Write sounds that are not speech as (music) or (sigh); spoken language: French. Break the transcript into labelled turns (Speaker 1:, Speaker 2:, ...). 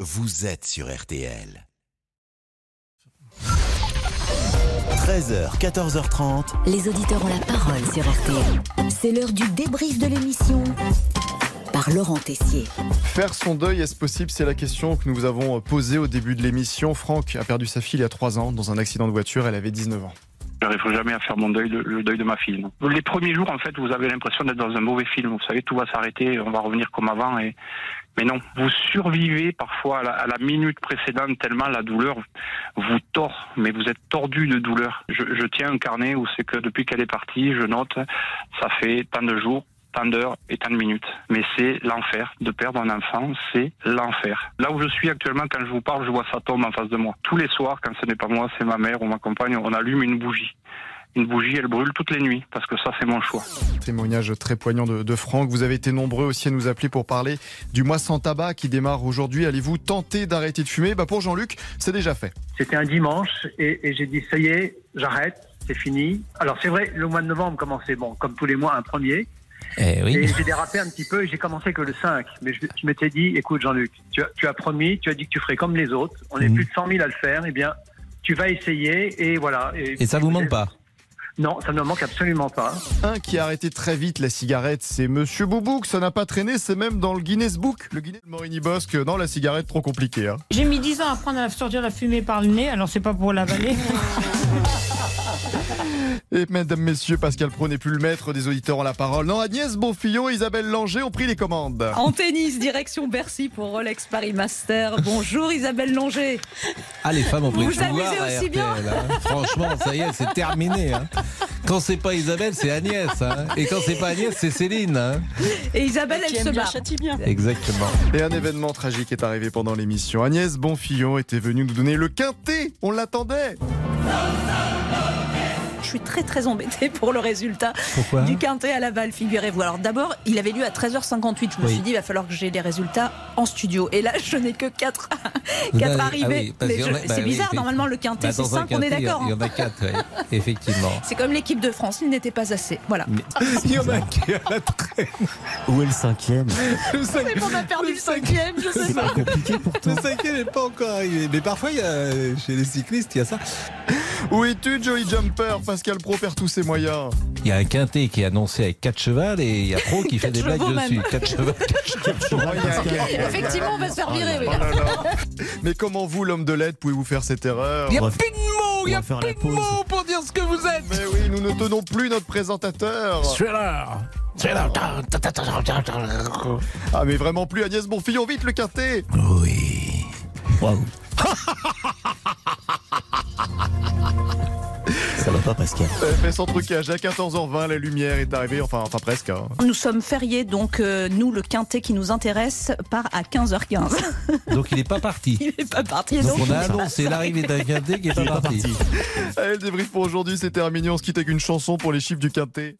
Speaker 1: vous êtes sur RTL. 13h, 14h30.
Speaker 2: Les auditeurs ont la parole sur RTL. C'est l'heure du débrief de l'émission par Laurent Tessier.
Speaker 3: Faire son deuil, est-ce possible C'est la question que nous vous avons euh, posée au début de l'émission. Franck a perdu sa fille il y a 3 ans dans un accident de voiture. Elle avait 19 ans.
Speaker 4: J'arrive jamais à faire mon deuil, de- le deuil de ma fille. non. Les premiers jours, en fait, vous avez l'impression d'être dans un mauvais film. Vous savez, tout va s'arrêter, on va revenir comme avant. Et... Mais non, vous survivez parfois à la, à la minute précédente tellement la douleur vous tord, mais vous êtes tordu de douleur. Je, je tiens un carnet où c'est que depuis qu'elle est partie, je note, ça fait tant de jours, tant d'heures et tant de minutes. Mais c'est l'enfer. De perdre un enfant, c'est l'enfer. Là où je suis actuellement, quand je vous parle, je vois ça tombe en face de moi. Tous les soirs, quand ce n'est pas moi, c'est ma mère ou ma compagne, on allume une bougie. Une bougie, elle brûle toutes les nuits, parce que ça, c'est mon choix.
Speaker 3: Témoignage très poignant de, de Franck. Vous avez été nombreux aussi à nous appeler pour parler du mois sans tabac qui démarre aujourd'hui. Allez-vous tenter d'arrêter de fumer bah Pour Jean-Luc, c'est déjà fait.
Speaker 5: C'était un dimanche et, et j'ai dit ça y est, j'arrête, c'est fini. Alors c'est vrai, le mois de novembre commençait, bon, comme tous les mois, un premier.
Speaker 6: Eh
Speaker 5: Et
Speaker 6: oui.
Speaker 5: j'ai dérapé un petit peu et j'ai commencé que le 5. Mais je, je m'étais dit, écoute Jean-Luc, tu, as- tu as promis, tu as dit que tu ferais comme les autres. On est
Speaker 6: Mhm.
Speaker 5: plus de 100 000 à le faire, eh bien, tu vas essayer et voilà.
Speaker 6: Et ça vous manque pas
Speaker 5: Non, ça ne me manque absolument pas.
Speaker 3: Un qui a arrêté très vite la cigarette, c'est Monsieur Boubouk. Ça n'a pas traîné, c'est même dans le Guinness Book. Le Guinness Morini Bosque, non, la cigarette, trop compliquée. hein.
Speaker 7: J'ai mis 10 ans à apprendre à sortir la fumée par le nez, alors c'est pas pour l'avaler.
Speaker 3: Et mesdames, messieurs, Pascal Pro n'est plus le maître des auditeurs en la parole. Non, Agnès Bonfillon et Isabelle Langer ont pris les commandes.
Speaker 8: En tennis, direction Bercy pour Rolex Paris Master. Bonjour Isabelle Longer.
Speaker 6: Ah, les femmes ont pris
Speaker 8: Vous
Speaker 6: le pouvoir
Speaker 8: amusez
Speaker 6: à
Speaker 8: aussi
Speaker 6: RTL.
Speaker 8: bien.
Speaker 6: hein. Franchement, ça y est, c'est terminé. hein. Quand c'est pas Isabelle, c'est Agnès. hein. Et quand c'est pas Agnès, c'est Céline. hein.
Speaker 8: Et Isabelle, elle se bat.
Speaker 6: Exactement.
Speaker 3: Et un événement tragique est arrivé pendant l'émission. Agnès Bonfillon était venue nous donner le quintet. On l'attendait.
Speaker 8: Je suis très très embêtée pour le résultat
Speaker 6: Pourquoi
Speaker 8: du quintet à Laval, figurez-vous. Alors d'abord, il avait lieu à 13h58. Je me
Speaker 6: Oui.
Speaker 8: suis dit, il va falloir que j'ai les résultats en studio. Et là, je n'ai que (laughs) 4,
Speaker 6: Bah oui, ah
Speaker 8: arrivées.
Speaker 6: oui, parce
Speaker 8: Mais
Speaker 6: qu'il y
Speaker 8: je-
Speaker 6: en a- bah
Speaker 8: c'est
Speaker 6: oui,
Speaker 8: bizarre,
Speaker 6: effectivement.
Speaker 8: normalement le quintet,
Speaker 6: Bah,
Speaker 8: c'est
Speaker 6: dans un
Speaker 8: 5, on est
Speaker 6: quintet, il y a-
Speaker 8: d'accord. hein.
Speaker 6: Il y en a quatre, ouais. effectivement.
Speaker 8: C'est comme l'équipe de France, il n'était pas assez. Voilà.
Speaker 6: Il y en a qui à la traîne.
Speaker 9: Où est le cinquième
Speaker 6: Le cinq-
Speaker 8: On a perdu le cinquième, je sais pas.
Speaker 9: Compliqué pourtant.
Speaker 6: le cinquième n'est pas encore arrivé. Mais parfois, il y a- chez les cyclistes, il y a ça.
Speaker 3: Où es-tu, Joey Jumper Pascal Pro perd tous ses moyens.
Speaker 6: Il y a un quintet qui est annoncé avec 4 chevals et il y a Pro (laughs) qui fait des
Speaker 8: Quatre
Speaker 6: blagues
Speaker 8: chevaux
Speaker 6: dessus. 4 chevals.
Speaker 8: (laughs) Effectivement, on va se
Speaker 6: Ah,
Speaker 8: faire virer. oui.
Speaker 3: Oh là là. Mais comment vous, l'homme de l'aide, pouvez-vous faire cette erreur
Speaker 6: Il n'y a
Speaker 9: On va-
Speaker 6: plus de mots, Oh, il n'y
Speaker 9: on
Speaker 6: a
Speaker 9: va faire
Speaker 6: plus
Speaker 9: la
Speaker 6: de
Speaker 9: pause.
Speaker 6: mots pour dire ce que vous êtes.
Speaker 3: Mais oui, nous ne tenons plus notre présentateur.
Speaker 6: Thriller. Thriller. Ta, ta, ta, ta, ta, ta.
Speaker 3: Ah, mais vraiment plus, Agnès Bonfillon, vite le quintet.
Speaker 6: Oui.
Speaker 9: Waouh. Ça va pas, Pascal.
Speaker 3: Elle fait Euh, son trucage à 14h20, la lumière est arrivée, enfin, enfin presque. hein.
Speaker 8: Nous sommes fériés, donc euh, nous, le quintet qui nous intéresse part à 15h15.
Speaker 6: Donc il n'est pas parti.
Speaker 8: Il n'est pas parti.
Speaker 6: Donc on a
Speaker 8: il passe.
Speaker 6: annoncé l'arrivée d'un quintet qui n'est pas parti.
Speaker 3: Allez, le débrief pour aujourd'hui, c'est terminé. On se quitte avec une chanson pour les chiffres du quintet.